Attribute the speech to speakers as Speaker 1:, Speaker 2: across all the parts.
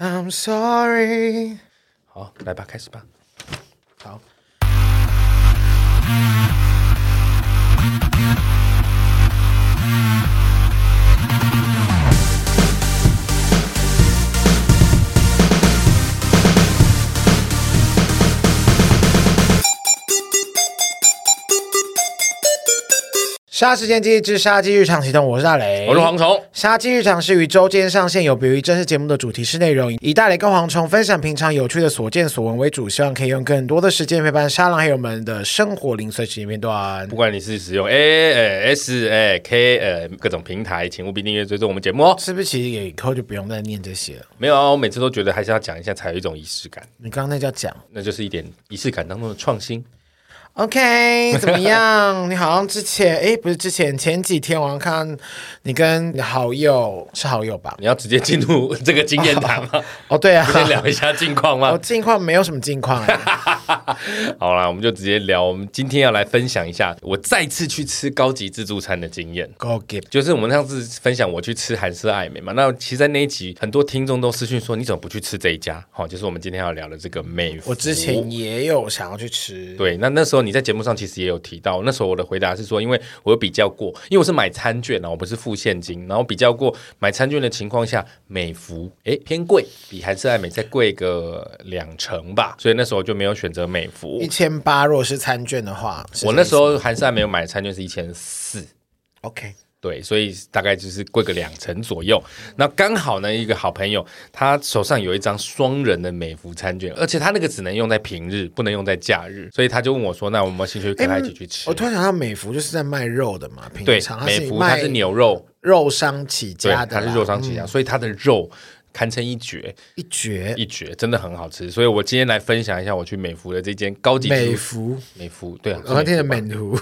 Speaker 1: I'm sorry。好，来吧，开始吧。好。杀时间机之杀鸡日常启动，我是大雷，
Speaker 2: 我是蝗虫。
Speaker 1: 杀鸡日常是于周间上线，有别于正式节目的主题式内容，以大雷跟蝗虫分享平常有趣的所见所闻为主，希望可以用更多的时间陪伴沙狼黑友们的生活零碎时间片段
Speaker 2: 不。管你是使用 A 呃 S 呃 K 呃各种平台，请务必订阅追踪我们节目哦。
Speaker 1: 是不是其实也以后就不用再念这些了？
Speaker 2: 没有啊，我每次都觉得还是要讲一下，才有一种仪式感，
Speaker 1: 你刚刚那叫讲
Speaker 2: 那就是一点仪式感当中的创新。
Speaker 1: ，OK？怎么样？你好像之前诶，不是之前前几天，我好像看你跟好友是好友吧？
Speaker 2: 你要直接进入 这个经验谈 吗？
Speaker 1: 哦，对啊
Speaker 2: 不，先聊一下近况
Speaker 1: 我
Speaker 2: 吗？
Speaker 1: 近况没有什么近况、欸，
Speaker 2: 好啦，我们就直接聊。我们今天要来分享一下我再次去吃高级自助餐的经验。
Speaker 1: Go get
Speaker 2: 就是我们上次分享我去吃韩式爱美嘛，那其实，在那一集很多听众都私讯说，你怎么不去吃这一家？好、就是我们今天要聊的这个美福。
Speaker 1: 我之前也有想要去吃，
Speaker 2: 对，那那时候你在节目上其实也有提到，那时候我的回答是说，因为我有比较过，因为我是买餐券啊，我不是付现金，然后比较过买餐券的情况下，美孚诶偏贵，比韩式爱美再贵个两成吧，所以那时候就没有选择美
Speaker 1: 一
Speaker 2: 孚。
Speaker 1: 千八，如果是餐券的话，
Speaker 2: 我那时候韩式爱美有买的餐券是一千四，
Speaker 1: 候 OK，
Speaker 2: 对，所以大概就是贵个两成左右。那刚好呢，一个好朋友他手上有一张双人的美孚餐券，而且他那个只能用在平日，不能用在假日，所以他就问我说：“那我们有没有兴趣跟他一起去吃？”
Speaker 1: 我突然想到美孚就是在卖肉的嘛，平
Speaker 2: 对
Speaker 1: 常，它是
Speaker 2: 美孚它
Speaker 1: 卖
Speaker 2: 是牛肉，
Speaker 1: 肉商起
Speaker 2: 对
Speaker 1: 家，的
Speaker 2: 它
Speaker 1: 啦，嗯
Speaker 2: 是肉商起家，所以它的肉堪称一绝，
Speaker 1: 一绝
Speaker 2: 一绝，真的很好吃。所以我今天来分享一下我去美孚的这间高级
Speaker 1: 美
Speaker 2: 自助
Speaker 1: 孚，
Speaker 2: 美孚，对啊，
Speaker 1: 我
Speaker 2: 是
Speaker 1: 天的美孚，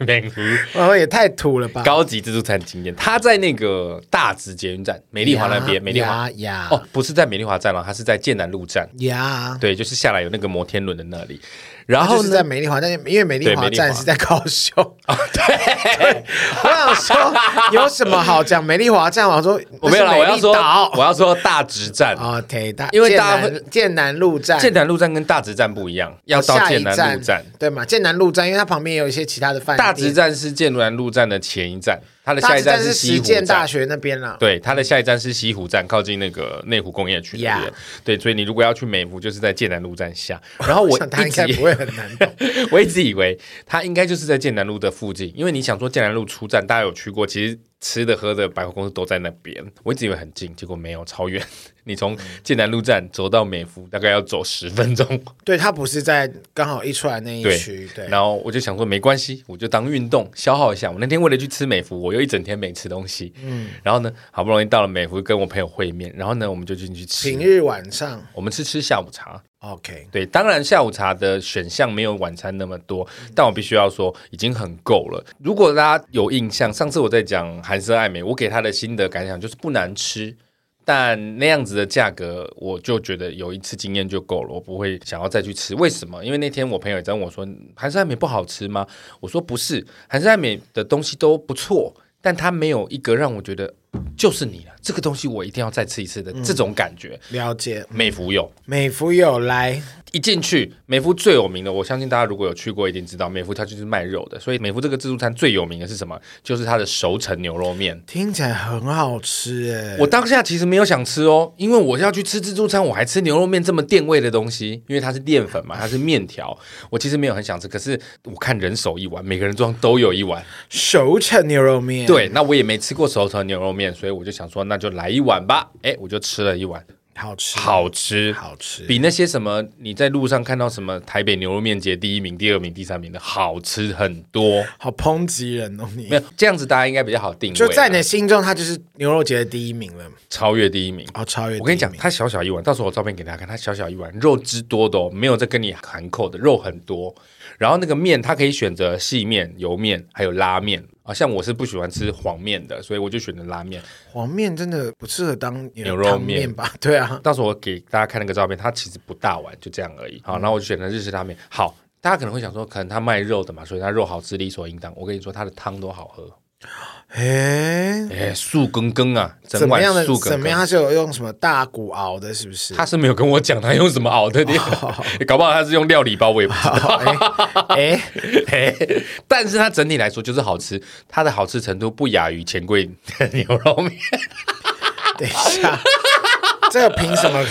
Speaker 2: 美孚
Speaker 1: 然后也太土了吧，
Speaker 2: 高级自助餐经验，它在那个大直捷运站美丽华那边，美丽华
Speaker 1: 呀呀
Speaker 2: 哦，不是在美丽华站了，它是在剑南路站，
Speaker 1: 呀，
Speaker 2: 对，就是下来有那个摩天轮的那里。然
Speaker 1: 它就
Speaker 2: 后
Speaker 1: 是
Speaker 2: 呢
Speaker 1: 在？美丽华，但是因为美丽
Speaker 2: 对
Speaker 1: 华
Speaker 2: 美丽
Speaker 1: 站
Speaker 2: 华哦
Speaker 1: 是在高雄，
Speaker 2: 对，
Speaker 1: 我想说有什么好讲美丽华站，我说
Speaker 2: 我没有
Speaker 1: 那
Speaker 2: 啦，
Speaker 1: 是
Speaker 2: 我
Speaker 1: 美
Speaker 2: 要
Speaker 1: 丽
Speaker 2: 说
Speaker 1: 岛，
Speaker 2: 我要说大直站
Speaker 1: 哦，对，大
Speaker 2: 因为
Speaker 1: 剑
Speaker 2: 大家
Speaker 1: 南
Speaker 2: 会
Speaker 1: 剑南路站，
Speaker 2: 剑南路站跟大直站不一样，要到
Speaker 1: 下一
Speaker 2: 剑南路站。
Speaker 1: 对嘛？剑南路站，因为它旁边也有一些其他的饭店。
Speaker 2: 大直站是剑南路站的前一站，它的
Speaker 1: 大
Speaker 2: 下
Speaker 1: 直
Speaker 2: 一站
Speaker 1: 站是
Speaker 2: 西
Speaker 1: 实
Speaker 2: 湖
Speaker 1: 践
Speaker 2: 站。
Speaker 1: 大学那边啦。
Speaker 2: 对，它的下一站是西湖站，靠近那个内湖工业区那边。
Speaker 1: Yeah
Speaker 2: 对，所以你如果要去美孚，就是在剑南路站下。 然后我
Speaker 1: 想它
Speaker 2: 一
Speaker 1: 应
Speaker 2: 直
Speaker 1: 该不
Speaker 2: 以
Speaker 1: 会很难 懂。
Speaker 2: 我一直以为它应该就是在剑南路的附近，因为你想说剑南路出站，大家有去过，其实吃的喝的百货公司都在那边。我一直以为很近，结果没有，超远。 你从剑南路站走到美孚，大概要走十分钟。
Speaker 1: 对，它不是在刚好一出来那一
Speaker 2: 对
Speaker 1: 区。对，
Speaker 2: 然后我就想说没关系，我就当运动消耗一下。我那天为了去吃美孚，我又一整天没吃东西。嗯，然后呢，好不容易到了美孚，跟我朋友会面，然后呢，我们就进去
Speaker 1: 平
Speaker 2: 吃。
Speaker 1: 日晚上
Speaker 2: 我们是吃下午茶，
Speaker 1: ，OK，
Speaker 2: 对，当然下午茶的选项没有晚餐那么多，但我必须要说已经很够了。如果大家有印象，上次我在讲韩式爱美，我给他的心得感想就是不难吃，但那样子的价格，我就觉得有一次经验就够了，我不会想要再去吃。为什么？因为那天我朋友也在问我说，韩式爱美不好吃吗？我说不是，韩式爱美的东西都不错，但它没有一个让我觉得就是你了，这个东西我一定要再吃一次的、这种感觉。
Speaker 1: 了解。
Speaker 2: 美孚有。
Speaker 1: 美孚有来，
Speaker 2: 一进去，美孚最有名的，我相信大家如果有去过，一定知道美孚它就是卖肉的，所以美孚这个自助餐最有名的是什么？就是它的熟成牛肉面。
Speaker 1: 听起来很好吃哎。
Speaker 2: 我当下其实没有想吃哦，因为我要去吃自助餐，我还吃牛肉面这么垫胃的东西，因为它是淀粉嘛，它是面条，我其实没有很想吃。可是我看人手一碗，每个人桌上都有一碗，
Speaker 1: 熟成牛肉面，，
Speaker 2: 对，那我也没吃过熟成牛肉面，所以我就想说那就来一碗吧，哎，我就吃了一碗，
Speaker 1: 好吃，
Speaker 2: 好吃，
Speaker 1: 好吃。
Speaker 2: 比那些什么你在路上看到什么台北牛肉面节第一名、第二名、第三名的好吃很多。
Speaker 1: 好抨击人哦，你
Speaker 2: 没有这样子，大家应该比较好定位啊。
Speaker 1: 就在你的心中，它就是牛肉节的第一名了，
Speaker 2: 超越第一名。
Speaker 1: 哦，超越。
Speaker 2: 我跟你讲，，它小小一碗，到时候我照片给大家看，它小小一碗，肉汁多的哦，没有在跟你含扣的，肉很多。然后那个面，它可以选择细面、油面，还有拉面啊。像我是不喜欢吃黄面的，所以我就选择拉面。
Speaker 1: 黄面真的不适合当
Speaker 2: 牛肉
Speaker 1: 汤
Speaker 2: 面
Speaker 1: 面吧？ 对啊，
Speaker 2: 到时候我给大家看那个照片，它其实不大碗，就这样而已。
Speaker 1: 嗯
Speaker 2: 好，然后我就选了日式拉面。好，大家可能会想说，可能他卖肉的嘛，所以他肉好吃理所应当。我跟你说，他的汤都好喝，
Speaker 1: 哎，
Speaker 2: 哎，素羹羹啊，
Speaker 1: 怎
Speaker 2: 整
Speaker 1: 么
Speaker 2: 碗
Speaker 1: 样的？
Speaker 2: 素
Speaker 1: 怎
Speaker 2: 羹
Speaker 1: 么样？
Speaker 2: 羹。
Speaker 1: 它是有用什么大骨熬的，是不 是？
Speaker 2: 他是没有跟我讲他用什么熬的，你 搞不好他是用料理包，我也不知道。
Speaker 1: 哎，
Speaker 2: 嘿 但是它整体来说就是好吃，它的好吃程度不亚于钱柜牛肉面。
Speaker 1: 等一下，这个凭什么？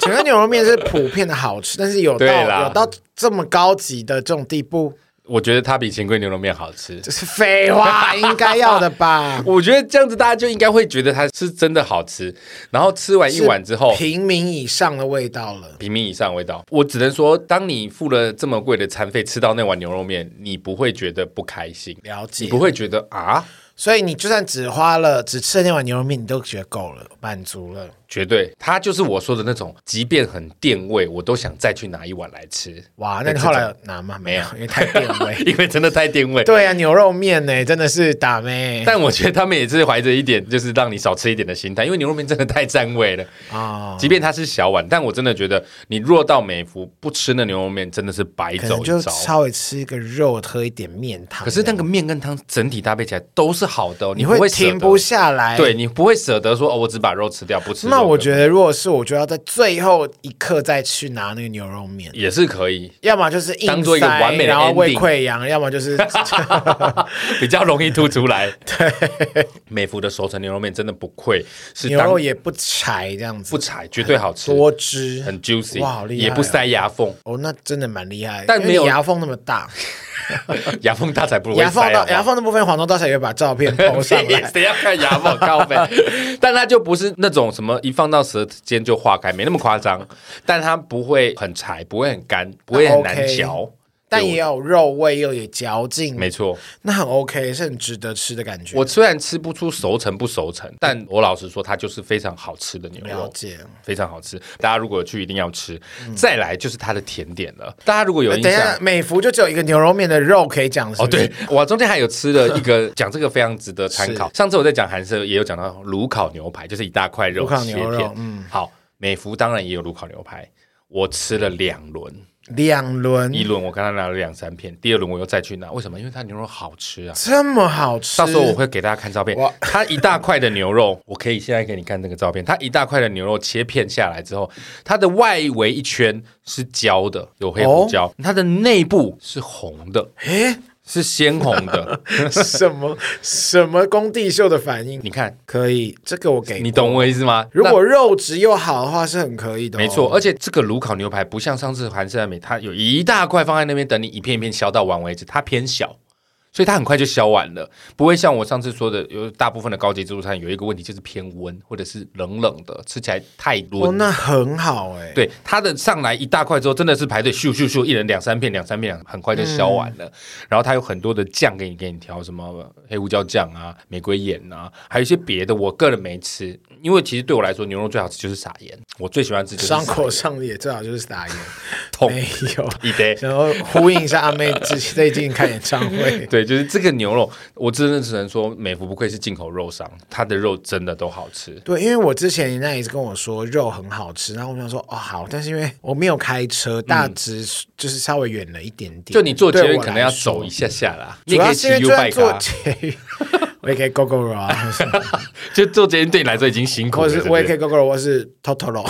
Speaker 1: 请问牛肉面是普遍的好吃，但是有
Speaker 2: 对
Speaker 1: 到
Speaker 2: 啦
Speaker 1: 有到这么高级的这种地步，
Speaker 2: 我觉得它比钱柜牛肉面好吃。
Speaker 1: 这是废 话，应该要的吧？
Speaker 2: 我觉得这样子大家就应该会觉得它是真的好吃。然后吃 完一碗之后
Speaker 1: 是，平民以上的味道了。
Speaker 2: 平民以上的味道，我只能说，当你付了这么贵的餐费，吃到那碗牛肉面，你不会觉得不开心，
Speaker 1: 了
Speaker 2: 你
Speaker 1: 解
Speaker 2: 不，会觉得啊，
Speaker 1: 所以你就算只花了只吃了那碗牛肉面，你都觉得够了，满足了。
Speaker 2: 绝对，它就是我说的那种，即便很垫胃，我都想再去拿一碗来吃，
Speaker 1: 哇，那你
Speaker 2: 对
Speaker 1: 后来有拿吗？没有，因为太变 味。
Speaker 2: 因为真的太垫胃。
Speaker 1: 对啊，牛肉面呢、真的是打妹
Speaker 2: 但我觉得他们也是怀着一点就是让你少吃一点的心态，因为牛肉面真的太占位了。
Speaker 1: 啊，
Speaker 2: 即便它是小碗，但我真的觉得你若到美孚不吃那牛肉面，真的是白
Speaker 1: 可能
Speaker 2: 走
Speaker 1: 就
Speaker 2: 一遭。
Speaker 1: 稍微吃一个肉，喝一点面汤。
Speaker 2: 可是那个面跟汤整体搭配起来都是好的、哦，
Speaker 1: 你
Speaker 2: 不会
Speaker 1: 会
Speaker 2: 舍得
Speaker 1: 停不下来，
Speaker 2: 对你不会舍得说哦，我只把肉吃掉不吃肉。
Speaker 1: 哎那我觉得，如果是我，就要在最后一刻再去拿那个牛肉面，
Speaker 2: 也是可以，
Speaker 1: 要么就是硬塞
Speaker 2: 当做一个完美的
Speaker 1: 然后胃
Speaker 2: ending
Speaker 1: 溃疡，要么 就是
Speaker 2: 比较容易吐出来。 对，美孚的熟成牛肉面真的不愧是
Speaker 1: 牛
Speaker 2: 当
Speaker 1: 肉也不柴这样子
Speaker 2: 不，柴，绝对好吃，
Speaker 1: 多汁，
Speaker 2: 很 juicy，
Speaker 1: 哇好厉害
Speaker 2: 也不
Speaker 1: 哦
Speaker 2: 塞牙缝，
Speaker 1: 哦，那真的蛮厉害，
Speaker 2: 但
Speaker 1: 因为
Speaker 2: 没有
Speaker 1: 你牙缝那么大，
Speaker 2: 牙缝大才不如会
Speaker 1: 牙缝
Speaker 2: 塞好
Speaker 1: 到
Speaker 2: 不好
Speaker 1: 牙缝的部分，黄忠大才有把照片 抛上来。
Speaker 2: 谁要看牙缝高飞？ 但它就不是那种什么一放到舌尖就化开，没那么夸张。但它不会很柴，不会很干，不会很难
Speaker 1: OK
Speaker 2: 嚼。
Speaker 1: 但也有肉味，又有嚼劲，
Speaker 2: 没错，
Speaker 1: 那很 OK，是很值得吃的感觉。
Speaker 2: 我虽然吃不出熟成不熟成，但我老实说，它就是非常好吃的牛
Speaker 1: 了
Speaker 2: 肉，
Speaker 1: 解。
Speaker 2: 非常好吃。大家如果有去，一定要吃。再来就是它的甜点了，大家如果有
Speaker 1: 呃
Speaker 2: 印
Speaker 1: 等一
Speaker 2: 象
Speaker 1: 下，，嗯美孚就只有一个牛肉面的肉可以讲，是
Speaker 2: 哦，
Speaker 1: 不是
Speaker 2: 对，，我中间还有吃了 一个，讲这个非常值得参考。上次我在讲韩式，也有讲到炉烤牛排，就是一大块肉
Speaker 1: 炉烤
Speaker 2: 切
Speaker 1: 牛肉
Speaker 2: 片。嗯，好，美孚当然也有炉烤牛排，我吃了两轮，
Speaker 1: 两轮
Speaker 2: 一轮我刚刚拿了两三片，第二轮我又再去拿，为什么？因为它牛肉好吃啊。
Speaker 1: 这么好吃，
Speaker 2: 到时候我会给大家看照片
Speaker 1: 哇，
Speaker 2: 它一大块的牛肉，我可以现在给你看这个照片。它一大块的牛肉切片下来之后，它的外围一圈是焦的，有黑胡椒，它的内部是红的，
Speaker 1: 哦诶
Speaker 2: 是鲜红 的。
Speaker 1: 什么什么工地秀的反应？
Speaker 2: 你看，
Speaker 1: 可以，这个我给过
Speaker 2: 你懂。我意思吗？
Speaker 1: 如果肉质又好的话，是很可以的、哦
Speaker 2: 那没错，，而且这个炉烤牛排不像上次韩式爱美，它有一大块放在那边等你一片一片削到完为止，它偏小。所以它很快就削完了，不会像我上次说的，有大部分的高级自助餐有一个问题就是偏温或者是冷冷的，吃起来太
Speaker 1: 哦，
Speaker 2: 温。
Speaker 1: 那很好哎、，
Speaker 2: 对它的上来一大块之后，真的是排队咻咻咻，一人两三片，两三片，很快就削完
Speaker 1: 嗯
Speaker 2: 了。然后它有很多的酱给你给你调，什么黑胡椒酱啊、玫瑰盐啊，还有一些别的，我个人没吃，因为其实对我来说，牛肉最好吃就是撒盐，我最喜欢吃就是撒
Speaker 1: 伤
Speaker 2: 盐
Speaker 1: 口上的也最好就是打盐，
Speaker 2: 痛
Speaker 1: 没有。
Speaker 2: 一堆。
Speaker 1: 然后呼应一下阿妹之最近看演唱会，
Speaker 2: 对，就是这个牛肉，我真的只能说美孚不愧是进口肉商，它的肉真的都好吃。
Speaker 1: 对，因为我之前那一次跟我说肉很好吃，然后我想说哦好，但是因为我没有开车，大致就是稍微远了一点点，
Speaker 2: 嗯就你做
Speaker 1: 对
Speaker 2: 捷运
Speaker 1: 我
Speaker 2: 可能要
Speaker 1: 来说
Speaker 2: 走一下下啦，你
Speaker 1: 主
Speaker 2: 也可
Speaker 1: 要
Speaker 2: 以
Speaker 1: 是
Speaker 2: 骑
Speaker 1: 因为就
Speaker 2: U
Speaker 1: 算
Speaker 2: bike
Speaker 1: 做
Speaker 2: 啊，
Speaker 1: 捷运，我也可以 go go 啊，
Speaker 2: 就做捷运对你来说已经辛苦
Speaker 1: 或
Speaker 2: 了，
Speaker 1: 是
Speaker 2: 对不
Speaker 1: 我也
Speaker 2: 对？
Speaker 1: 可以 Gogoro，我是 Totoro，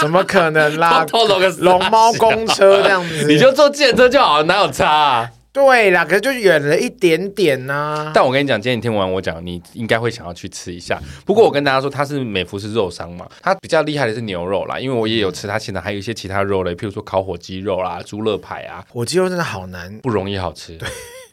Speaker 1: 怎 么可能啦
Speaker 2: Totoro 个啥
Speaker 1: 龙猫公车这样子，
Speaker 2: 你就坐电车就好，哪有差、啊？
Speaker 1: 对啦，可是就远了一点点呐、
Speaker 2: 但我跟你讲，今天你听完我讲，你应该会想要去吃一下。不过我跟大家说，它是美孚是肉商嘛，它比较厉害的是牛肉啦，因为我也有吃，它现在还有一些其他肉类，譬如说烤火鸡肉啦、猪肋排啊，
Speaker 1: 火鸡肉真的好难，
Speaker 2: 不容易好吃。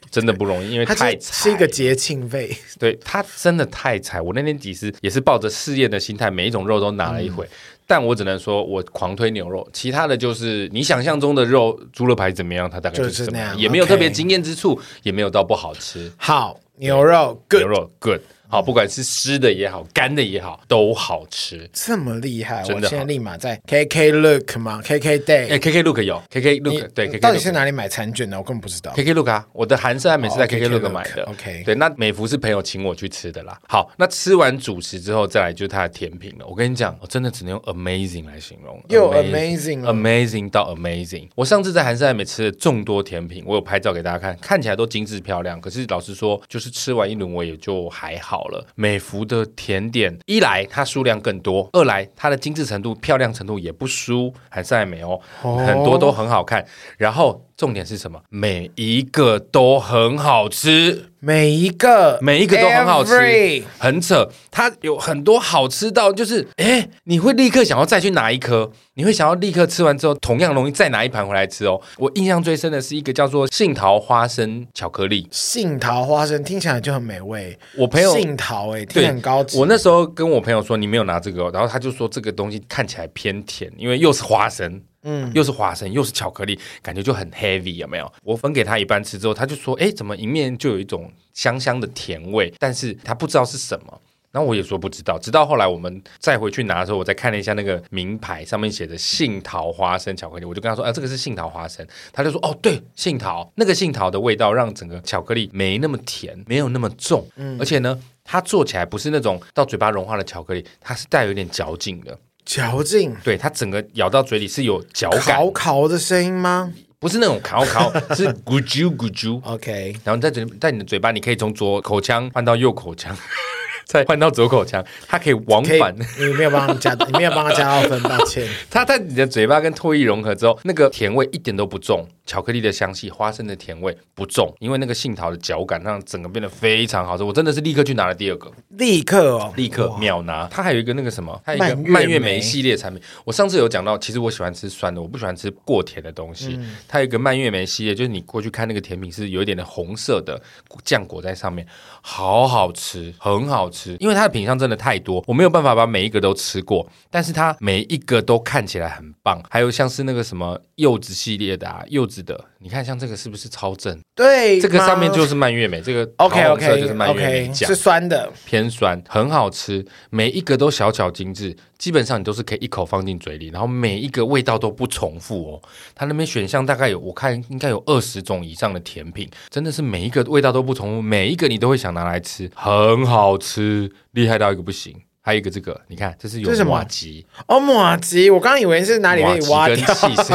Speaker 2: 真的不容易，因为
Speaker 1: 它
Speaker 2: 太
Speaker 1: 是
Speaker 2: 柴
Speaker 1: 是一个节庆费，
Speaker 2: 对它真的太柴。我那天其实也是抱着试验的心态，每一种肉都拿了一回，
Speaker 1: 嗯
Speaker 2: 但我只能说我狂推牛肉，其他的就是你想象中的肉，猪肋排怎么样，它大概
Speaker 1: 就是
Speaker 2: 怎么
Speaker 1: 那样
Speaker 2: 也没有
Speaker 1: OK
Speaker 2: 特别惊艳之处，也没有到不好吃。
Speaker 1: 好牛肉 good，
Speaker 2: 牛肉 good。好，不管是湿的也好，干的也好，都好吃。
Speaker 1: 这么厉害，
Speaker 2: 真
Speaker 1: 我
Speaker 2: 的
Speaker 1: 现在
Speaker 2: 好
Speaker 1: 立马在 KK Look 嘛，KK
Speaker 2: 哎
Speaker 1: Day，
Speaker 2: ，K K Look 有，K K
Speaker 1: 你
Speaker 2: Look 对，K K
Speaker 1: 到底是哪里买餐券呢？我根本不知道。
Speaker 2: K K Look 啊，我的韩式爱美是在
Speaker 1: 哦
Speaker 2: K K Look
Speaker 1: KKlook
Speaker 2: 买的。
Speaker 1: OK
Speaker 2: 对，那美孚是朋友请我去吃的啦。好，那吃完主食之后，再来就是它的甜品了。我跟你讲，我真的只能用 amazing 来形容，
Speaker 1: 又 amazing 了
Speaker 2: amazing，amazing 到 amazing。我上次在韩式爱美吃了众多甜品，我有拍照给大家看，看起来都精致漂亮。可是老实说，就是吃完一轮我也就还好了。美孚的甜点，一来它数量更多，二来它的精致程度、漂亮程度也不输韩式爱美哦，
Speaker 1: 哦
Speaker 2: 很多都很好看。然后重点是什么？每一个都很好吃，
Speaker 1: 每一个，
Speaker 2: 每一个都很好吃
Speaker 1: every
Speaker 2: 很扯。它有很多好吃到，就是哎，你会立刻想要再去拿一颗，你会想要立刻吃完之后，同样容易再拿一盘回来吃哦。我印象最深的是一个叫做杏桃花生巧克力，
Speaker 1: 杏桃花生听起来就很美味。
Speaker 2: 我朋友
Speaker 1: 杏桃哎、欸，听起
Speaker 2: 对，
Speaker 1: 来很高级。
Speaker 2: 我那时候跟我朋友说你没有拿这个、哦，然后他就说这个东西看起来偏甜，因为又是花生，嗯，又是花生，又是巧克力，感觉就很 heavy，有没有？我分给他一半吃之后，他就说，哎，怎么一面就有一种香香的甜味，但是他不知道是什么。然后我也说不知道，直到后来我们再回去拿的时候，我再看了一下那个名牌，上面写着杏桃花生巧克力，我就跟他说：“啊，这个是杏桃花生。”他就说：“哦，对，杏桃那个杏桃的味道让整个巧克力没那么甜，没有那么重，
Speaker 1: 嗯
Speaker 2: 而且呢，它做起来不是那种到嘴巴融化的巧克力，它是带有一点嚼劲的，
Speaker 1: 嚼劲，
Speaker 2: 对，它整个咬到嘴里是有嚼感
Speaker 1: 烤，烤的声音吗
Speaker 2: 不是那种烤烤， 是咕啾咕啾，
Speaker 1: ？OK，
Speaker 2: 然后在嘴在你的嘴巴，你可以从左口腔换到右口腔， 再换到左口腔，它可以往
Speaker 1: 可以
Speaker 2: 返。，
Speaker 1: 你没有帮他 们加，你没有帮他加到分，抱歉。
Speaker 2: 它在你的嘴巴跟唾液融合之后，那个甜味一点都不重，巧克力的香气、花生的甜味不重，因为那个杏桃的嚼感让整个变得非常好吃。我真的是立刻去拿了第二个，
Speaker 1: 立刻哦，
Speaker 2: 立刻秒拿。它还有一个那个什么，它有一
Speaker 1: 蔓
Speaker 2: 个
Speaker 1: 越莓
Speaker 2: 蔓越莓系列产品。我上次有讲到，其实我喜欢吃酸的，我不喜欢吃过甜的东西。它有一个蔓越莓系列，就是你过去看那个甜品是有一点的红色的酱裹在上面，好好吃，很好吃。因为它的品相真的太多，我没有办法把每一个都吃过，但是它每一个都看起来很棒。还有像是那个什么柚子系列的啊，柚子的，你看像这个是不是超正？
Speaker 1: 对吗，
Speaker 2: 这个上面就是蔓越莓，这个
Speaker 1: OK
Speaker 2: 桃红色
Speaker 1: OK
Speaker 2: 就是蔓越莓
Speaker 1: OK，
Speaker 2: 酱
Speaker 1: 是。酸的，
Speaker 2: 偏酸，很好吃，每一个都小巧精致，基本上你都是可以一口放进嘴里，然后每一个味道都不重复哦。它那边选项大概有，我看应该有二十种以上的甜品，真的是每一个味道都不重复，每一个你都会想拿来吃，很好吃，厉害到一个不行。还有一个这个，你看这是
Speaker 1: 这是
Speaker 2: 有
Speaker 1: 什么
Speaker 2: 马吉，
Speaker 1: 哦，马吉，我刚刚以为是哪里被挖
Speaker 2: 马吉
Speaker 1: 掉
Speaker 2: 跟，气势，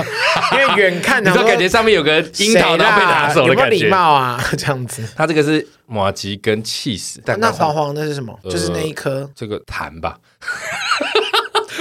Speaker 1: 因为远看
Speaker 2: 你
Speaker 1: 的
Speaker 2: 说感觉上面有个樱桃然后被拿走
Speaker 1: 有
Speaker 2: 的
Speaker 1: 啊没有
Speaker 2: 感
Speaker 1: 礼
Speaker 2: 觉。
Speaker 1: 貌啊？ 这样子，
Speaker 2: 它这个是马吉跟气势，但
Speaker 1: 那黄黄的是什么？
Speaker 2: 呃
Speaker 1: 就是那一颗。
Speaker 2: 这个痰吧，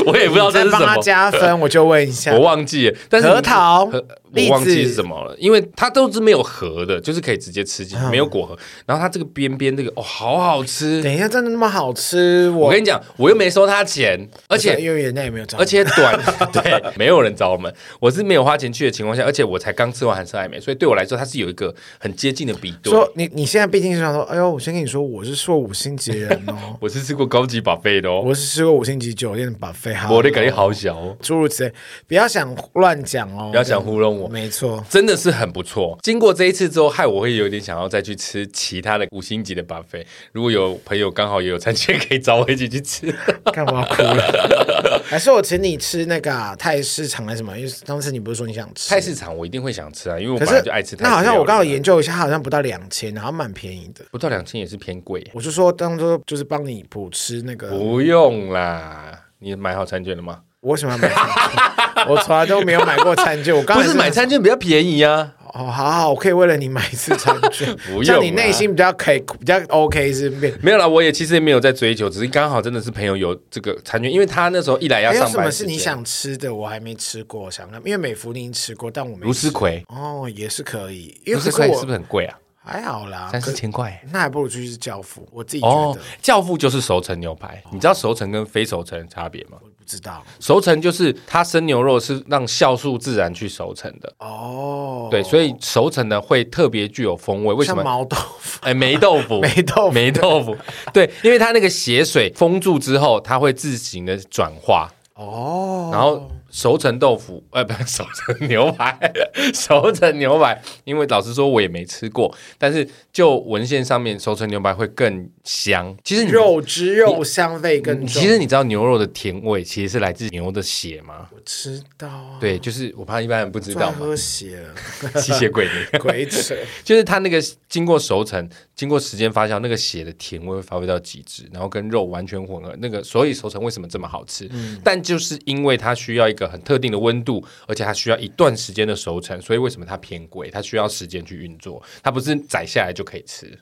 Speaker 2: 我也不知道这
Speaker 1: 再
Speaker 2: 是什
Speaker 1: 帮他
Speaker 2: 么，
Speaker 1: 加 分，我就问一下
Speaker 2: 我，忘记了。但是
Speaker 1: 核桃
Speaker 2: 和
Speaker 1: 栗
Speaker 2: 我
Speaker 1: 子
Speaker 2: 忘记是什么了，因为它都是没有核的，就是可以直接吃进去，
Speaker 1: 嗯
Speaker 2: 没有果核。然后它这个边边这个哦，好好吃。
Speaker 1: 等一下真的那么好吃？
Speaker 2: 我
Speaker 1: 我
Speaker 2: 跟你讲，我又没收他钱，而且
Speaker 1: 因为人家也没有找我，
Speaker 2: 而且短 对，没有人找我们，我是没有花钱去的情况下，而且我才刚吃完韩式爱美，所以对我来说它是有一个很接近的比对。
Speaker 1: 说你你现在毕竟是想说，哎呦，我先跟你说，我是说五星级的人
Speaker 2: ，
Speaker 1: 哦
Speaker 2: 我是吃过高级把费的哦，
Speaker 1: 我是吃过五星级酒店的 buffet，哈
Speaker 2: 我的感觉好小哦，
Speaker 1: 诸如此类，不要想乱讲哦，
Speaker 2: 不要想糊弄我。
Speaker 1: 没错，
Speaker 2: 真的是很不错。经过这一次之后，害我会有点想要再去吃其他的五星级的 buffet。如果有朋友刚好也有餐券，可以找我一起去 吃。
Speaker 1: 干嘛哭了？ 还是我请你吃那个啊泰市场还是什么？因为上次你不是说你想吃
Speaker 2: 菜？市场我一定会想吃啊，因为我
Speaker 1: 可
Speaker 2: 本
Speaker 1: 是
Speaker 2: 来就爱吃泰式料
Speaker 1: 那
Speaker 2: 理。
Speaker 1: 好像我刚好研究一下，它好像不到两千，然后蛮便宜的。
Speaker 2: 不到两千也是偏贵，
Speaker 1: 我就说当做就是帮你补吃那个，
Speaker 2: 不用啦。你买好餐券了吗？
Speaker 1: 我为什么要买餐券？我从来都没有买过餐券，我刚
Speaker 2: 不
Speaker 1: 才
Speaker 2: 是买餐券比较便宜啊，
Speaker 1: 哦，好好，我可以为了你买一次餐券，
Speaker 2: 不用啦啊
Speaker 1: 这样你内心比较可以，比较 OK 是不是？
Speaker 2: 没有啦，我也其实也没有在追求，只是刚好真的是朋友有这个餐券，因为他那时候一来要
Speaker 1: 还有
Speaker 2: 上
Speaker 1: 什么
Speaker 2: 班
Speaker 1: 是
Speaker 2: 时
Speaker 1: 你
Speaker 2: 间，
Speaker 1: 想吃的？我还没吃过，我想看，因为美孚你已经吃过，但我没
Speaker 2: 卢思
Speaker 1: 吃
Speaker 2: 葵，
Speaker 1: 哦，也是可以，因
Speaker 2: 卢
Speaker 1: 为可
Speaker 2: 思
Speaker 1: 是
Speaker 2: 葵
Speaker 1: 我
Speaker 2: 是不是很贵啊？
Speaker 1: 还好啦，
Speaker 2: 三四
Speaker 1: 可
Speaker 2: 千块耶。
Speaker 1: 那还不如去吃教父，我自己觉得、哦
Speaker 2: 哦，教父就是熟成牛排，你知道熟成跟非熟成的差别吗？
Speaker 1: 不知道
Speaker 2: 熟成就是它生牛肉是让酵素自然去熟成的，
Speaker 1: 哦，
Speaker 2: 对，所以熟成的会特别具有风味。为什
Speaker 1: 像
Speaker 2: 么？
Speaker 1: 毛豆腐，
Speaker 2: 哎，霉豆腐，
Speaker 1: 霉豆腐
Speaker 2: 霉豆 腐，对，因为它那个血水封住之后，它会自行的转化，
Speaker 1: 哦，
Speaker 2: 然后熟成豆腐，呃，不， 熟成牛排， 熟成牛排，因为老实说我也没吃过，但是就文献上面，熟成牛排会更香。其实你
Speaker 1: 肉汁肉香味更
Speaker 2: 你
Speaker 1: 重。
Speaker 2: 其实你知道牛肉的甜味其实是来自牛的血吗？
Speaker 1: 我知道啊，
Speaker 2: 对，就是我怕一般人不知
Speaker 1: 最爱
Speaker 2: 道 嘛，
Speaker 1: 喝血了，
Speaker 2: 吸血鬼 你。
Speaker 1: 鬼扯。
Speaker 2: 就是它那个经过熟成、经过时间发酵，那个血的甜味会发挥到极致，然后跟肉完全混合。那个所以熟成为什么这么好吃？但就是因为它需要一个很特定的温度，而且它需要一段时间的熟成，所以为什么它偏贵？它需要时间去运作，它不是宰下来就可以吃。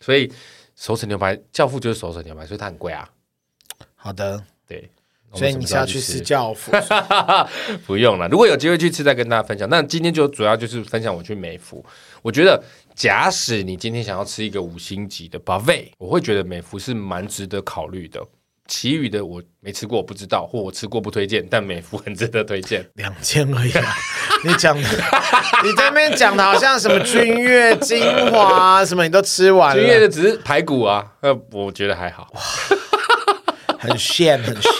Speaker 2: 所以熟成牛排，教父就是熟成牛排，所以它很贵啊。
Speaker 1: 好的，
Speaker 2: 对，
Speaker 1: 所以你下
Speaker 2: 我
Speaker 1: 去
Speaker 2: 们什么时候
Speaker 1: 吃教 父，
Speaker 2: 不用了，如果有机会去吃，再跟大家分享。那今天就主要就是分享我去美孚。我觉得，假使你今天想要吃一个五星级的 buffet，我会觉得美孚是蛮值得考虑的。其余的我没吃过，我不知道，或我吃过不推荐，但美孚 很值得推荐。
Speaker 1: 两千而已、 啊。你讲的，你在那边讲的好像什么君越精华啊什么，你都吃完
Speaker 2: 君越
Speaker 1: 了，
Speaker 2: 的只是排骨啊，呃，我觉得还好，
Speaker 1: 很炫很 炫。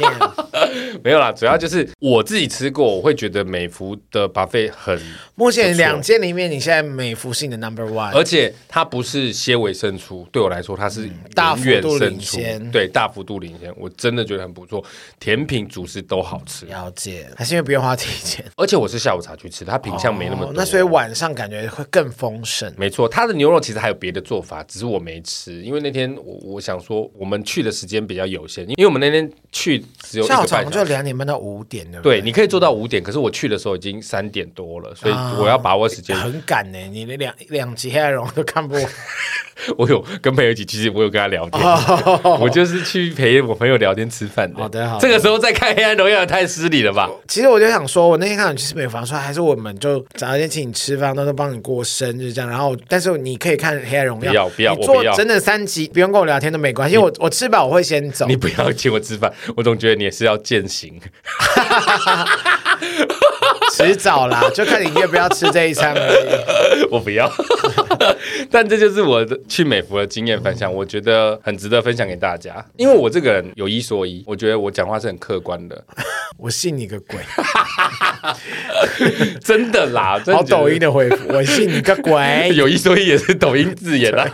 Speaker 2: 没有啦。主要就是我自己吃过，我会觉得美孚的 buffet 很，
Speaker 1: 目前两间里面，你现在美服是你的 number one，
Speaker 2: 而且它不是些微胜出，对我来说它是
Speaker 1: 嗯大幅
Speaker 2: 远
Speaker 1: 度
Speaker 2: 胜
Speaker 1: 领
Speaker 2: 出
Speaker 1: 先
Speaker 2: 对，大幅度领先，我真的觉得很不错，甜品主食都好吃，
Speaker 1: 了解，还是因为不用花提前。
Speaker 2: 而且我是下午茶去吃，它品相没那么多。
Speaker 1: 哦那所以晚上感觉会更丰盛。
Speaker 2: 没错，它的牛肉其实还有别的做法，只是我没吃，因为那天我我想说我们去的时间比较有限，因为我们那天去只有一个
Speaker 1: 下午
Speaker 2: 半
Speaker 1: 茶我
Speaker 2: 小
Speaker 1: 们
Speaker 2: 时
Speaker 1: 就。两点半到五点，对不
Speaker 2: 对，你可以做到五点，可是我去的时候已经三点多了，所以
Speaker 1: 啊
Speaker 2: 我要把握时间。
Speaker 1: 很赶呢、你那两两集黑暗荣耀都看不完。
Speaker 2: 我有跟朋友一起，其实我有跟他聊天，
Speaker 1: 哦
Speaker 2: 我就是去陪我朋友聊天吃饭的。
Speaker 1: 好的好的
Speaker 2: 这个时候再看《黑暗荣耀》太失礼了吧？
Speaker 1: 其实我就想说，我那天看你去美房说，还是我们就早一天请你吃饭，到时候帮你过生日这样。然后，但是你可以看《黑暗荣耀》，
Speaker 2: 不要不要
Speaker 1: 你
Speaker 2: 我
Speaker 1: 做
Speaker 2: 不要
Speaker 1: 整整三集，不用跟我聊天都没关系。因为我我吃饱我会先走
Speaker 2: 你。不要请我吃饭，我总觉得你也是要践行。
Speaker 1: 迟早 啦，就看你要不要吃这一餐而已。
Speaker 2: 我不要。 但这就是我的去美服的经验分享，我觉得很值得分享给大家。因为我这个人有一说一，我觉得我讲话是很客观的，
Speaker 1: 我信你个 鬼！
Speaker 2: 真的啦，真
Speaker 1: 好
Speaker 2: 的觉得
Speaker 1: 抖音。的回 复，我信你个鬼！
Speaker 2: 有一说一也是抖音字眼啊，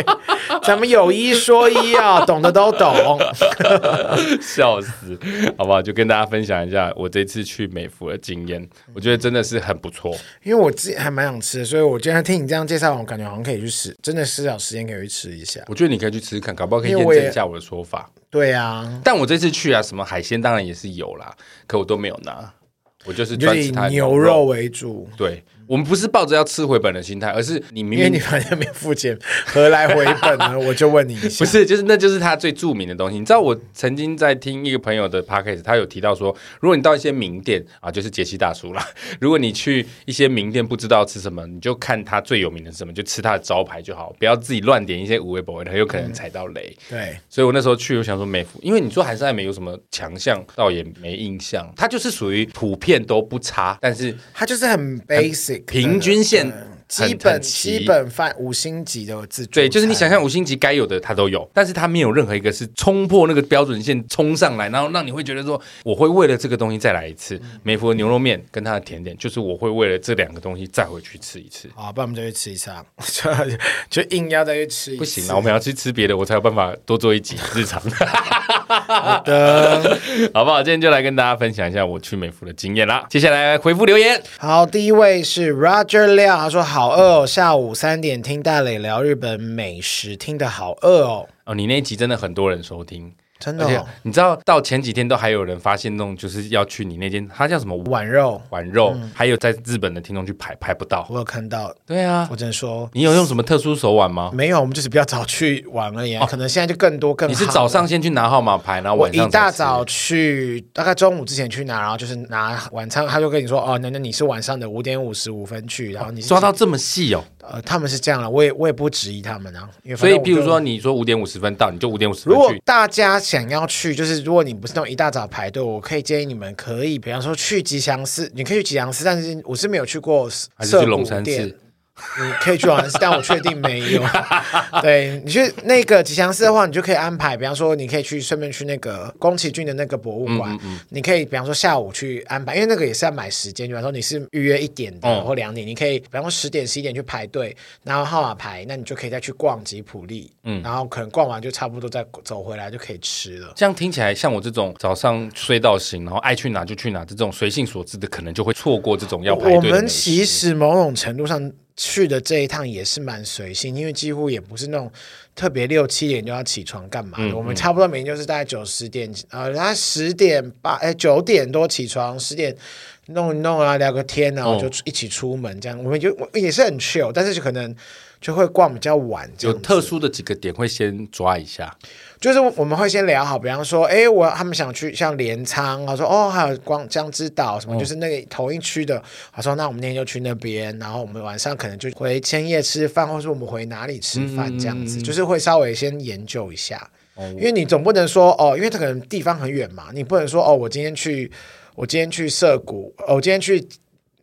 Speaker 1: 咱们有一说一啊，懂的都懂。
Speaker 2: 笑死，好不好？就跟大家分享一下我这次去美服的经验，我觉得真的是很不错。
Speaker 1: 因为我自己还蛮想吃的，所以我今天听你这样介绍，我感觉好像可以去试，真的是找时间可以去吃一下。
Speaker 2: 我觉得你可以去吃吃看，搞不好可以
Speaker 1: 因为
Speaker 2: 验
Speaker 1: 我也
Speaker 2: 证一下我的说法。
Speaker 1: 对啊，
Speaker 2: 但我这次去啊，什么海鲜当然也是有啦，可我都没有拿，我就是
Speaker 1: 就
Speaker 2: 专
Speaker 1: 是
Speaker 2: 吃
Speaker 1: 以
Speaker 2: 它的
Speaker 1: 牛肉。为主，
Speaker 2: 对我们不是抱着要吃回本的心态，而是你明
Speaker 1: 因为
Speaker 2: 明
Speaker 1: 你反正没付钱，何来回本 呢？我就问你一
Speaker 2: 不
Speaker 1: 下，
Speaker 2: 是，就是那就是它最著名的东西。你知道我曾经在听一个朋友的 podcast，他有提到说，如果你到一些名店啊，就是杰西大叔啦， 如果你去一些名店不知道吃什么，你就看它最有名的是什么，就吃它的招牌就好，不要自己乱点一些无微不微的，很有可能踩到雷。
Speaker 1: 对，
Speaker 2: 所以我那时候去，我想说美孚，因为你说韩式爱美有什么强项，倒也没印象，它就是属于普遍都不差，但是
Speaker 1: 它就是很 basic
Speaker 2: 平均线
Speaker 1: 的嗯
Speaker 2: 很
Speaker 1: 基本
Speaker 2: 很齐
Speaker 1: 基本饭五星级的自助餐，
Speaker 2: 对，就是你想象五星级该有的它都有，但是它没有任何一个是冲破那个标准线冲上来，然后让你会觉得说我会为了这个东西再来一次。
Speaker 1: 嗯
Speaker 2: 美孚的牛肉面跟它的甜点，就是我会为了这两个东西再回去吃一次。
Speaker 1: 好，不然我们就去吃一下， 啊就就硬要再去吃一次，
Speaker 2: 不行了，我们要去吃别的，我才有办法多做一集日常，
Speaker 1: 好的。
Speaker 2: 好不好？今天就来跟大家分享一下我去美孚的经验啦。接下来回复留言，
Speaker 1: 好，第一位是 Roger 廖，他说好饿哦，下午三点听大磊聊日本美食，听得好饿哦，
Speaker 2: 哦，你那一集真的很多人收听，
Speaker 1: 真的、
Speaker 2: 而且
Speaker 1: 哦。
Speaker 2: 你知道到前几天都还有人发现那种就是要去你那间，它叫什么碗
Speaker 1: 碗肉
Speaker 2: 碗肉，
Speaker 1: 嗯
Speaker 2: 还有在日本的听众去排排不到。
Speaker 1: 我有看到，
Speaker 2: 对啊
Speaker 1: 我，只能说
Speaker 2: 你有用什么特殊手腕吗？
Speaker 1: 没有，我们就是比较早去玩而已、啊可能现在就更多更好。
Speaker 2: 哦你是早上先去拿号码牌，然后
Speaker 1: 我
Speaker 2: 晚上
Speaker 1: 一大
Speaker 2: 才吃
Speaker 1: 早去，大概中午之前去拿，然后就是拿晚餐，他就跟你说哦，那那你是晚上的五点五十五分去，然后你是
Speaker 2: 抓到这么细哦。
Speaker 1: 呃，他们是这样了，我也我也不质疑他们啊，因为
Speaker 2: 所
Speaker 1: 反
Speaker 2: 以，
Speaker 1: 正我
Speaker 2: 譬如
Speaker 1: 就
Speaker 2: 说，你说五点五十分到，你就五点五十分
Speaker 1: 如果
Speaker 2: 去。
Speaker 1: 大家想要去，就是如果你不是那种一大早排队，我可以建议你们可以，比方说去吉祥寺，你可以去吉祥寺，但是我是没有去过
Speaker 2: 还是
Speaker 1: 涩
Speaker 2: 去
Speaker 1: 谷
Speaker 2: 龙山
Speaker 1: 店
Speaker 2: 寺，
Speaker 1: 你可以去玩，但我确定没有。对你去那个吉祥寺的话，你就可以安排，比方说你可以去顺便去那个宫崎骏的那个博物馆，你可以比方说下午去安排，因为那个也是要买时间，比方说你是预约一点的、
Speaker 2: 嗯
Speaker 1: 或两点，你可以比方说十点十一点去排队，然后号码牌，那你就可以再去逛吉普力，然后可能逛完就差不多再走回来就可以吃了。
Speaker 2: 这样听起来，像我这种早上睡到醒，然后爱去哪就去哪，这种随性所致的，可能就会错过这种要排队
Speaker 1: 我
Speaker 2: 的美食。
Speaker 1: 们其实某种程度上去的这一趟也是蛮随性，因为几乎也不是那种特别六七点就要起床干嘛的。
Speaker 2: 嗯
Speaker 1: 我们差不多每天就是大概九十点，呃，然后十点八，哎，九点多起床，十点弄一弄啊，聊个天啊，
Speaker 2: 哦
Speaker 1: 就一起出门这样。我们就我也是很 chill，但是就可能就会逛比较晚这
Speaker 2: 有
Speaker 1: 样子。
Speaker 2: 特殊的几个点会先抓 一下，
Speaker 1: 就是我们会先聊好，比方说，哎，我他们想去像镰仓，我说哦，还有光江之岛什么，就是那个同一区的。我说那我们那天就去那边，然后我们晚上可能就回千叶吃饭，或是我们回哪里吃饭这样子，就是会稍微先研究一下，因为你总不能说哦，因为它可能地方很远嘛，你不能说哦，我今天去，我今天去涩谷，哦、我今天去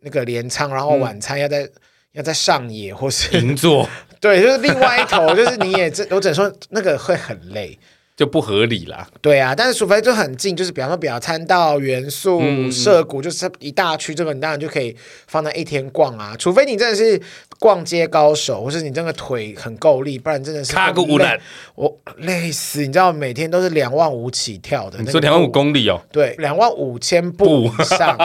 Speaker 1: 那个镰仓，然后晚餐要在、要在上野或是
Speaker 2: 银座
Speaker 1: 对，就是另外一头，就是你也这我只能说那个会很累。
Speaker 2: 就不合理啦。
Speaker 1: 对啊，但是除非就很近，就是比方说表参道、元素、
Speaker 2: 嗯
Speaker 1: 涩谷，就是一大区，这个你当然就可以放在一天逛啊。除非你真的是逛街高手，或是你真的腿很够力，不然真的是
Speaker 2: 卡个
Speaker 1: 会
Speaker 2: 五
Speaker 1: 累
Speaker 2: 烂，
Speaker 1: 我累死。你知道每天都是两万五起跳的，
Speaker 2: 你
Speaker 1: 那
Speaker 2: 说
Speaker 1: 个
Speaker 2: 两万五
Speaker 1: 步
Speaker 2: 公里哦，
Speaker 1: 对，两万五千步以 上。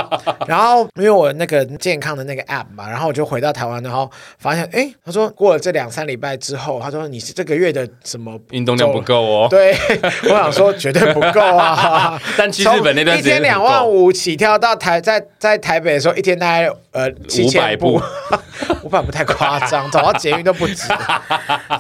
Speaker 1: 然后因为我那个健康的那个 app 嘛，然后我就回到台湾，然后发现，哎，他说过了这两三礼拜之后，他说你这个月的什么
Speaker 2: 运动量不
Speaker 1: 走
Speaker 2: 够哦。。
Speaker 1: 对， 我想说绝对不够啊
Speaker 2: 但去日本那段
Speaker 1: 从一
Speaker 2: 时间
Speaker 1: 天两万五起跳到台，在在台北的时候，一天大概呃七
Speaker 2: 500
Speaker 1: 千
Speaker 2: 步，
Speaker 1: 五百不太夸张，走到捷运都不 止，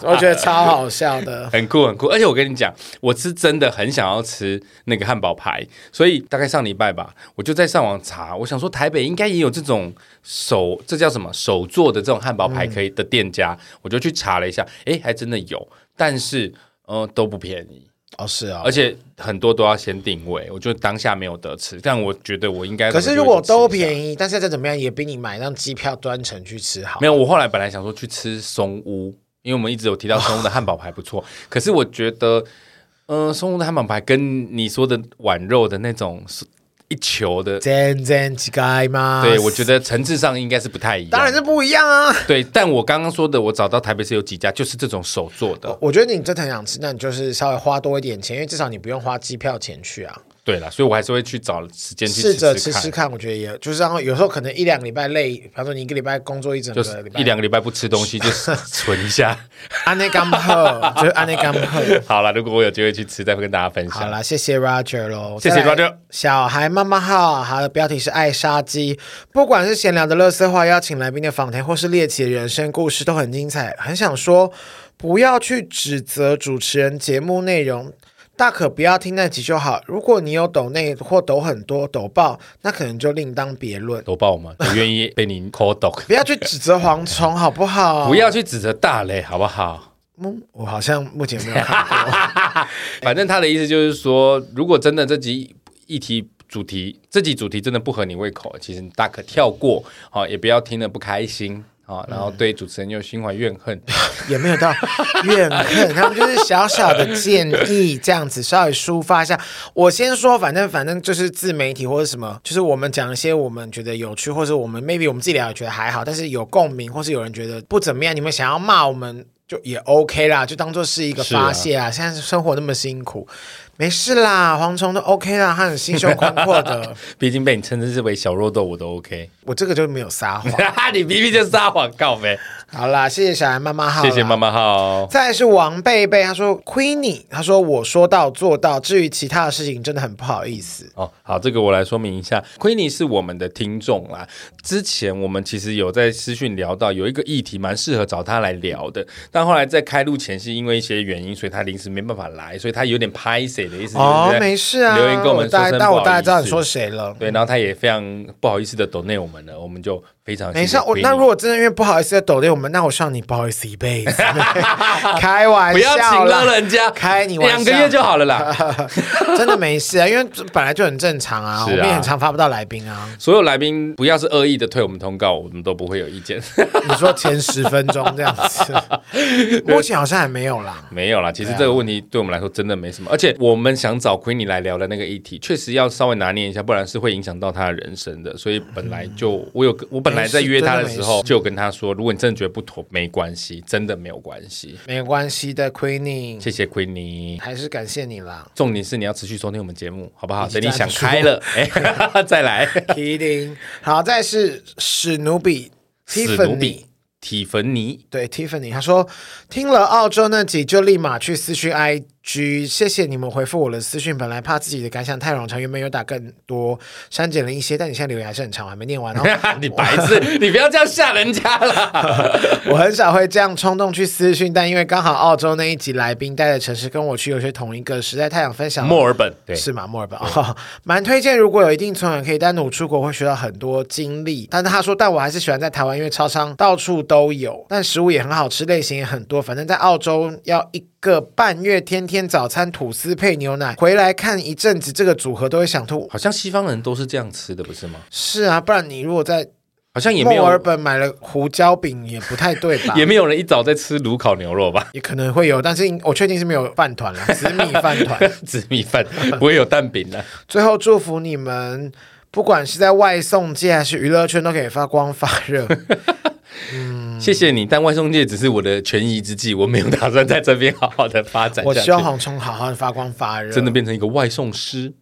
Speaker 1: 我觉得超好笑的。
Speaker 2: 很酷很酷，而且我跟你讲，我是真的很想要吃那个汉堡排，所以大概上礼拜吧，我就在上网查，我想说台北应该也有这种手，这叫什么手做的这种汉堡排
Speaker 1: 嗯
Speaker 2: 可以的店家，我就去查了一下，诶，还真的有，但是呃都不便宜，
Speaker 1: 哦，是哦
Speaker 2: 而。且很多都要先定位，我就当下没有得吃，但我觉得我应该
Speaker 1: 可是如果都便
Speaker 2: 宜，
Speaker 1: 宜，但是再怎么样也比你买张机票专程去吃好
Speaker 2: 没。有，我后来本来想说去吃松屋，因为我们一直有提到松屋的汉堡排不 错，可是我觉得，嗯、松屋的汉堡排跟你说的碗肉的那种是一球的，
Speaker 1: 真真乞丐吗？
Speaker 2: 对我觉得层次上应该是不太一样。
Speaker 1: 当然是不一样啊。
Speaker 2: 对，但我刚刚说的，我找到台北市有几家就是这种手做的，
Speaker 1: 我觉得你真的很想吃，那你就是稍微花多一点钱，因为至少你不用花机票钱去啊。
Speaker 2: 对啦，所以我还是会去找时间去
Speaker 1: 试着
Speaker 2: 吃
Speaker 1: 吃
Speaker 2: 看，
Speaker 1: 吃看，我觉得也就是让有时候可能一两个礼拜累，比方说你一个礼拜工作一整
Speaker 2: 就
Speaker 1: 个
Speaker 2: 是
Speaker 1: 礼拜，
Speaker 2: 一两个礼拜不吃东西，就是存一下。
Speaker 1: 安内甘赫，就是安内甘赫。
Speaker 2: 好了，如果我有机会去吃，再会跟大家分
Speaker 1: 好
Speaker 2: 享。
Speaker 1: 啦，谢谢 Roger 喽，
Speaker 2: 谢谢
Speaker 1: 再来
Speaker 2: Roger
Speaker 1: 小孩妈妈号，它的标题是爱杀鸡。不管是闲聊的乐色话，邀请来宾的访谈，或是猎奇的人生故事，都很精彩。很想说，不要去指责主持人节目内容。大可不要听那集就好。如果你有抖内或抖很多抖爆，那可能就另当别论。
Speaker 2: 都爆吗？我愿意被您 call dog，
Speaker 1: 不要去指责蝗虫，好不好？
Speaker 2: 不要去指责大雷，好不好？
Speaker 1: 嗯，我好像目前没有看过。
Speaker 2: 反正他的意思就是说，如果真的这集议题主题这集主题真的不合你胃口，其实你大可跳过，好、也不要听了不开心啊、好然后对主持人又心怀怨恨。
Speaker 1: 也没有到怨恨，他们就是小小的建议，这样子稍微抒发一下。我先说，反正反正就是自媒体或者什么，就是我们讲一些我们觉得有趣，或者我们 maybe 我们自己聊也觉得还好，但是有共鸣，或是有人觉得不怎么样，你们想要骂我们就也 OK 啦，就当做是一个
Speaker 2: 是啊
Speaker 1: 发泄啊。现在生活那么辛苦，没事啦，蝗虫都 OK 啦，他很心胸宽阔 的。
Speaker 2: 毕竟被你称之为小肉豆，我都 OK。
Speaker 1: 我这个就没有撒谎。
Speaker 2: 你明明就是撒谎告呗。
Speaker 1: 好啦，谢谢小孩妈妈好，
Speaker 2: 谢谢妈。妈好，
Speaker 1: 再来是王贝贝，他说 Queenie，他说我说到做到，至于其他的事情真的很不好意思。
Speaker 2: 哦，好，这个我来说明一下。Queenie 是我们的听众啦，之前我们其实有在私讯聊到有一个议题蛮适合找他来聊的，但后来在开录前是因为一些原因，所以他临时没办法来，所以他有点拍谁，谁的意思。
Speaker 1: 哦
Speaker 2: 对，不对
Speaker 1: 没事啊，
Speaker 2: 留言跟我们说
Speaker 1: 大
Speaker 2: 声
Speaker 1: 但
Speaker 2: 不
Speaker 1: 我
Speaker 2: 好
Speaker 1: 大概
Speaker 2: 意
Speaker 1: 知道
Speaker 2: 思
Speaker 1: 你说谁了。
Speaker 2: 对，然后他也非常不好意思的 donate 我们了，我们就非常
Speaker 1: 没事
Speaker 2: 谢
Speaker 1: 啊，
Speaker 2: 谢
Speaker 1: 我
Speaker 2: 回
Speaker 1: 那
Speaker 2: 你
Speaker 1: 如果真的因为不好意思在抖内我们，那我向你不好意思一 辈子，开玩
Speaker 2: 不要
Speaker 1: 笑
Speaker 2: 请
Speaker 1: 啦
Speaker 2: 了，人家
Speaker 1: 开你玩笑
Speaker 2: 两个月就好了啦。
Speaker 1: 真的没事啊，因为这本来就很正常啊，
Speaker 2: 是啊
Speaker 1: 我们也很常发不到来宾啊。
Speaker 2: 所有来宾不要是恶意的退我们通告，我们都不会有意见。
Speaker 1: 你说前十分钟这样子， 目前好像还没有啦。
Speaker 2: 没有啦，其实这个问题对我们来说真的没什么，而且我们想找 Queenie 来聊的那个议题，确实要稍微拿捏一下，不然是会影响到她的人生的。所以本来就我有我本来在约哎她的时
Speaker 1: 没
Speaker 2: 候
Speaker 1: 事
Speaker 2: 就有跟她说，如果你真的觉得不妥，没关系，真的没有关系。
Speaker 1: 没关系的，Queenie，
Speaker 2: 谢谢 Queenie。
Speaker 1: 还是感谢你啦
Speaker 2: 重点是你要持续收听我们节目，好不好？
Speaker 1: 已经
Speaker 2: 等你想开了，哎， 再来。
Speaker 1: ，Kidding。好，再是史努比
Speaker 2: 史努
Speaker 1: Tiffany
Speaker 2: 比。提粉尼，
Speaker 1: 对 Tiffany，他说听了澳洲那集就立马去私讯 IG，谢谢你们回复我的私讯。本来怕自己的感想太冗长，原本有打更多，删减了一些，但你现在留言还是很长，我还没念完哦。
Speaker 2: 你白痴，你不要这样吓人家啦！
Speaker 1: 我很少会这样冲动去私讯，但因为刚好澳洲那一集来宾带的城市跟我去有些同一个，实在太想分享了。
Speaker 2: 墨尔本，对，
Speaker 1: 是吗？墨尔本哦，蛮推荐。如果有一定存款，可以单独出国，会学到很多经历。但是他说，但我还是喜欢在台湾，因为超商到处都有，但食物也很好吃，类型也很多。反正，在澳洲要一个半月，天天早餐吐司配牛奶，回来看一阵子，这个组合都会想吐。
Speaker 2: 好像西方人都是这样吃的，不是吗？
Speaker 1: 是啊，不然你如果在
Speaker 2: 好像也没有？
Speaker 1: 墨尔本买了胡椒饼，也不太对吧
Speaker 2: 也没有人一早在吃炉烤牛肉吧？
Speaker 1: 也可能会有，但是我确定是没有饭团了，紫米饭团。
Speaker 2: 紫 米饭不会有蛋饼的、
Speaker 1: 最后祝福你们，不管是在外送界还是娱乐圈，都可以发光发 热。嗯
Speaker 2: 谢谢你，但外送界只是我的权宜之计，我没有打算在这边好好的发展
Speaker 1: 我
Speaker 2: 下
Speaker 1: 希望
Speaker 2: 去。
Speaker 1: 黄虫好好的发光发热，
Speaker 2: 真的变成一个外送师，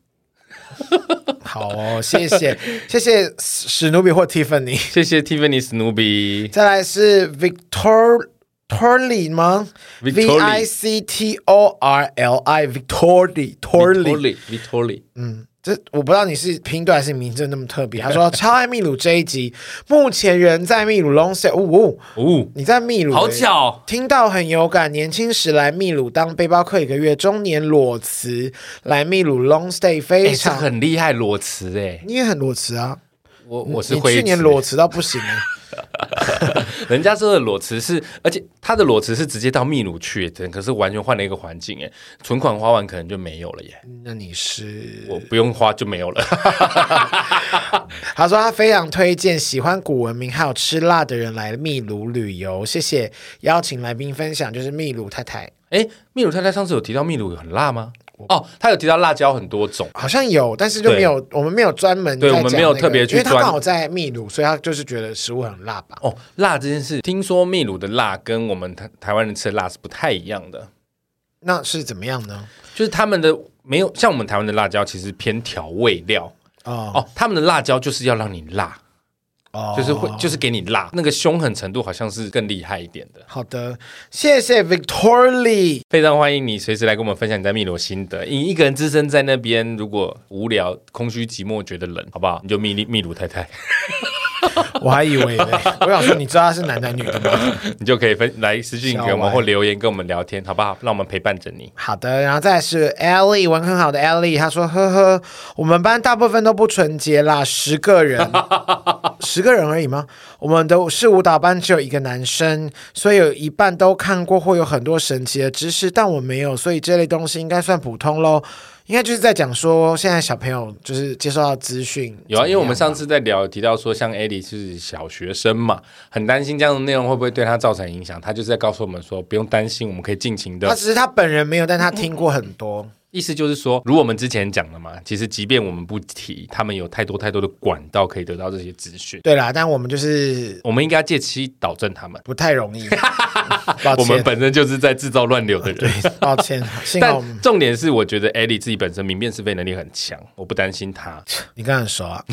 Speaker 1: 好哦，谢谢 谢谢史努比或 Tiffany。
Speaker 2: 谢谢 Tiffany Snoopy，
Speaker 1: 再来是 Victor。Torly 吗
Speaker 2: Victory
Speaker 1: V I C T O R L I Victory Torly，
Speaker 2: Vitoli，
Speaker 1: 嗯，这我不知道你是拼对还是名字那么特别。他说超爱秘鲁这一集，目前人在秘鲁 Long Stay，哦，
Speaker 2: 哦，
Speaker 1: 你在秘鲁，
Speaker 2: 好巧哦，
Speaker 1: 听到很有感，年轻时来秘鲁当背包客一个月，中年裸辞来秘鲁 long stay 非
Speaker 2: 哎，这
Speaker 1: 常，
Speaker 2: 很厉害，裸辞哎，
Speaker 1: 你也很裸辞啊，
Speaker 2: 我我是
Speaker 1: 你
Speaker 2: 会
Speaker 1: 去年裸辞到不行了，
Speaker 2: 人家说的裸辞是，而且他的裸辞是直接到秘鲁去，真可是完全换了一个环境，哎，存款花完可能就没有了耶，
Speaker 1: 那你是？
Speaker 2: 我不用花就没有了。
Speaker 1: 他说他非常推荐喜欢古文明还有吃辣的人来秘鲁旅游，谢谢邀请来宾分享，就是秘鲁太太
Speaker 2: 哎，秘鲁太太上次有提到秘鲁很辣吗？哦，她有提到辣椒很多种，
Speaker 1: 好像有，但是就没有，我们没有专门
Speaker 2: 对
Speaker 1: 在
Speaker 2: 我们
Speaker 1: 讲
Speaker 2: 没有
Speaker 1: 那
Speaker 2: 特
Speaker 1: 个
Speaker 2: 别去
Speaker 1: 因为他
Speaker 2: 专
Speaker 1: 刚好在秘鲁，所以他就是觉得食物很辣吧。
Speaker 2: 哦，辣这件事，听说秘鲁的辣跟我们台台湾人吃的辣是不太一样的，
Speaker 1: 那是怎么样呢？
Speaker 2: 就是他们的没有像我们台湾的辣椒其实偏调味料
Speaker 1: 哦
Speaker 2: 哦，他们的辣椒就是要让你辣，
Speaker 1: 哦
Speaker 2: 就是会就是给你辣，那个凶狠程度好像是更厉害一点的。
Speaker 1: 好的，谢谢 Victory。
Speaker 2: 非常欢迎你随时来跟我们分享你在秘鲁的心得。你一个人置身在那边，如果无聊、空虚、寂寞，觉得冷，好不好？你就秘鲁秘鲁太太，
Speaker 1: 我还以为呢，我想说，你知道他是男男女的 吗？
Speaker 2: 你就可以分来私信给我
Speaker 1: 小
Speaker 2: 们
Speaker 1: 歪
Speaker 2: 或留言跟我们聊天，好不好？让我们陪伴着你。
Speaker 1: 好的，然后再来是 Ellie 文很好的 Ellie，她说：“呵呵，我们班大部分都不纯洁啦，十个 人，十个人而已吗？我们的是舞蹈班，只有一个男生，所以有一半都看过或有很多神奇的知识，但我没有，所以这类东西应该算普通喽。应该就是在讲说，现在小朋友就是接受到资讯
Speaker 2: 有啊，因为我们
Speaker 1: 怎么样
Speaker 2: 上次在聊提到说，像艾莉是小学生嘛，很担心这样的内容会不会对她造成影响。她就是在告诉我们说，不用担心，我们可以尽情
Speaker 1: 他
Speaker 2: 的。
Speaker 1: 只是他本人没有，但他听过很多。
Speaker 2: 意思就是说，如我们之前讲的嘛，其实即便我们不提，他们有太多太多的管道可以得到这些资讯。
Speaker 1: 对啦，但我们就是
Speaker 2: 我们应该借机导正他们。
Speaker 1: 不太容 易，抱
Speaker 2: 我们
Speaker 1: 歉，
Speaker 2: 本身就是在制造乱流的人。
Speaker 1: 抱歉，幸好我们
Speaker 2: 但重点是，我觉得艾莉自己本身明辨是非能力很强，我不担心她。
Speaker 1: 你刚很熟 啊，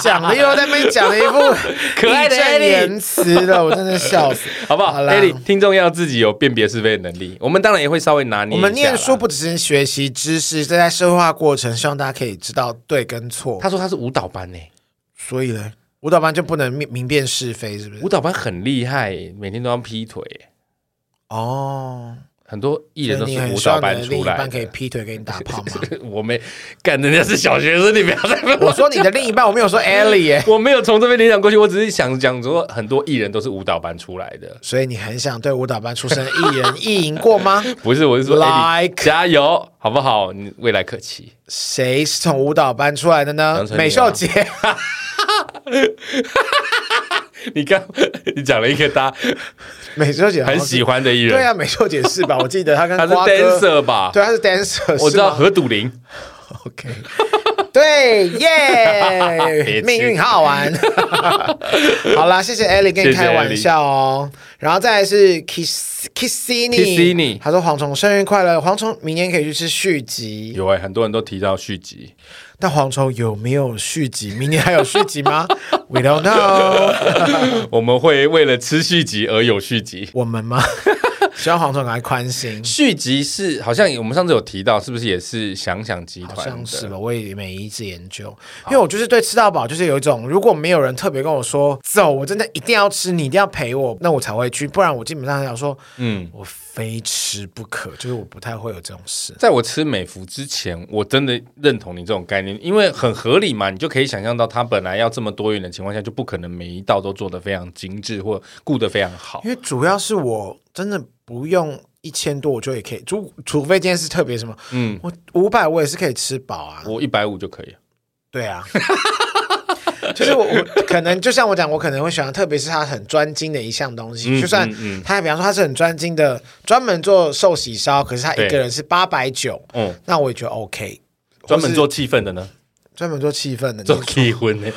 Speaker 1: 讲了又在那边讲了一副
Speaker 2: 可爱的
Speaker 1: 义正
Speaker 2: Ellie
Speaker 1: 言辞的，我真的笑 死。
Speaker 2: 好不好？
Speaker 1: 好啦
Speaker 2: 艾莉，听众要自己有辨别是非的能力。我们当然也会稍微拿捏
Speaker 1: 我
Speaker 2: 一下
Speaker 1: 们
Speaker 2: 啦。
Speaker 1: 念书不只是学习知识，这在社会化过程，希望大家可以知道对跟错。
Speaker 2: 他说他是舞蹈班呢、欸
Speaker 1: 所以呢，舞蹈班就不能明明辨是非，是不是
Speaker 2: 舞？蹈班很厉害、每天都要劈腿、
Speaker 1: 哦，
Speaker 2: 很多艺人都
Speaker 1: 就是你很
Speaker 2: 舞
Speaker 1: 需要
Speaker 2: 蹈
Speaker 1: 你
Speaker 2: 班
Speaker 1: 的另
Speaker 2: 出
Speaker 1: 一
Speaker 2: 来
Speaker 1: 半
Speaker 2: 的。
Speaker 1: 可以劈腿给你打炮吗？
Speaker 2: 我没干，人家是小学生，你不要再 问
Speaker 1: 我说你的另一半，我没有说 Ellie 耶、
Speaker 2: 我没有从这边联想过去，我只是想讲说，很多艺人都是舞蹈班出来的，
Speaker 1: 所以你很想对舞蹈班出身的艺人意淫过 吗？
Speaker 2: 不是，我是说，哎你
Speaker 1: Like
Speaker 2: 加油，好不好？你未来可期。
Speaker 1: 谁是从舞蹈班出来的呢
Speaker 2: 杨？丞琳啊
Speaker 1: 美秀姐，
Speaker 2: 你刚你讲了一个大家
Speaker 1: 美秀姐好像
Speaker 2: 很
Speaker 1: 是
Speaker 2: 喜欢的艺人，
Speaker 1: 对啊，美秀姐是 吧？我记得她跟
Speaker 2: 他是
Speaker 1: 瓜哥，
Speaker 2: dancer 吧？
Speaker 1: 对，她是 dancer，
Speaker 2: 我知道
Speaker 1: 是吗
Speaker 2: 何笃林，
Speaker 1: OK，对耶
Speaker 2: 别，去
Speaker 1: 命运好 玩。好啦，谢谢 Ellie 跟你
Speaker 2: 谢谢
Speaker 1: 开玩笑哦。然后再来是 Kiss Kissini，
Speaker 2: Kissini
Speaker 1: 他说蝗虫生日快乐，蝗虫明年可以去吃续集，
Speaker 2: 有哎、很多人都提到续集，
Speaker 1: 但蝗虫有没有续集？明年还有续集吗？We don't know，
Speaker 2: 我们会为了吃续集而有续集。
Speaker 1: 我们吗？ 希望蝗虫赶快宽心，
Speaker 2: 续集是好像我们上次有提到，是不是也是想想集
Speaker 1: 好
Speaker 2: 团
Speaker 1: 像是
Speaker 2: 的？
Speaker 1: 吧，我也没一直研究，因为我就是对吃到饱就是有一种，如果没有人特别跟我说走，我真的一定要吃，你一定要陪我，那我才会去，不然我基本上想说，嗯，我非吃不可，就是我不太会有这种事。
Speaker 2: 在我吃美孚之前，我真的认同你这种概念，因为很合理嘛，你就可以想象到，它本来要这么多元的情况下，就不可能每一道都做得非常精致或顾得非常好
Speaker 1: 因。为主要是我真的不用一千多，我就也可以，除除非今天是特别什么， 嗯，我五百我也是可以吃饱啊，
Speaker 2: 我一百五就可以了，
Speaker 1: 对啊。 就是我，我可能就像我讲，我可能会喜欢，特别是他很专精的一项东西。
Speaker 2: 嗯
Speaker 1: 就算
Speaker 2: 嗯
Speaker 1: 他，比方说他是很专精的，专门做寿喜烧，可是他
Speaker 2: 对
Speaker 1: 一个人是八百九，
Speaker 2: 嗯，
Speaker 1: 那我也觉得 OK。
Speaker 2: 专门做气氛的呢，
Speaker 1: 专门做气氛的，
Speaker 2: 做
Speaker 1: 你
Speaker 2: 气氛的，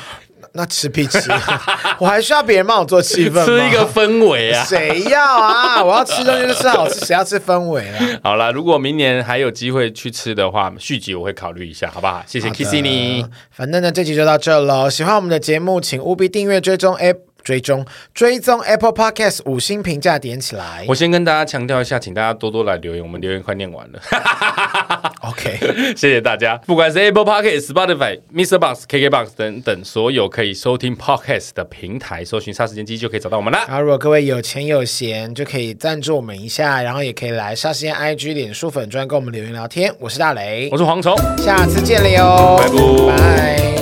Speaker 1: 那吃屁吃，啊 我还需要别人帮我做气氛吗？
Speaker 2: 吃一个氛围啊。
Speaker 1: 谁要啊？我要吃东西就吃好吃，谁要吃氛围啊？
Speaker 2: 好啦，如果明年还有机会去吃的话，续集我会考虑一下，好不好？谢谢 Kissini。
Speaker 1: 反正呢，这集就到这喽。喜欢我们的节目，请务必订阅、追踪 App、追踪、追踪 Apple Podcast 五星评价点起来。
Speaker 2: 我先跟大家强调一下，请大家多多来留言，我们留言快念完了，
Speaker 1: OK。
Speaker 2: 谢谢大家。不管是 Apple Podcast、Spotify、Mr. Box、KKBox 等等所有可以收听 Podcast 的平台，搜寻“霎时间机”就可以找到我们啦。
Speaker 1: 然后，如果各位有钱有闲，就可以赞助我们一下，然后也可以来沙时间 IG、脸书粉专跟我们留言聊天。我是大雷
Speaker 2: 我，是蝗虫。
Speaker 1: 下次见了哟，
Speaker 2: 拜拜
Speaker 1: 拜。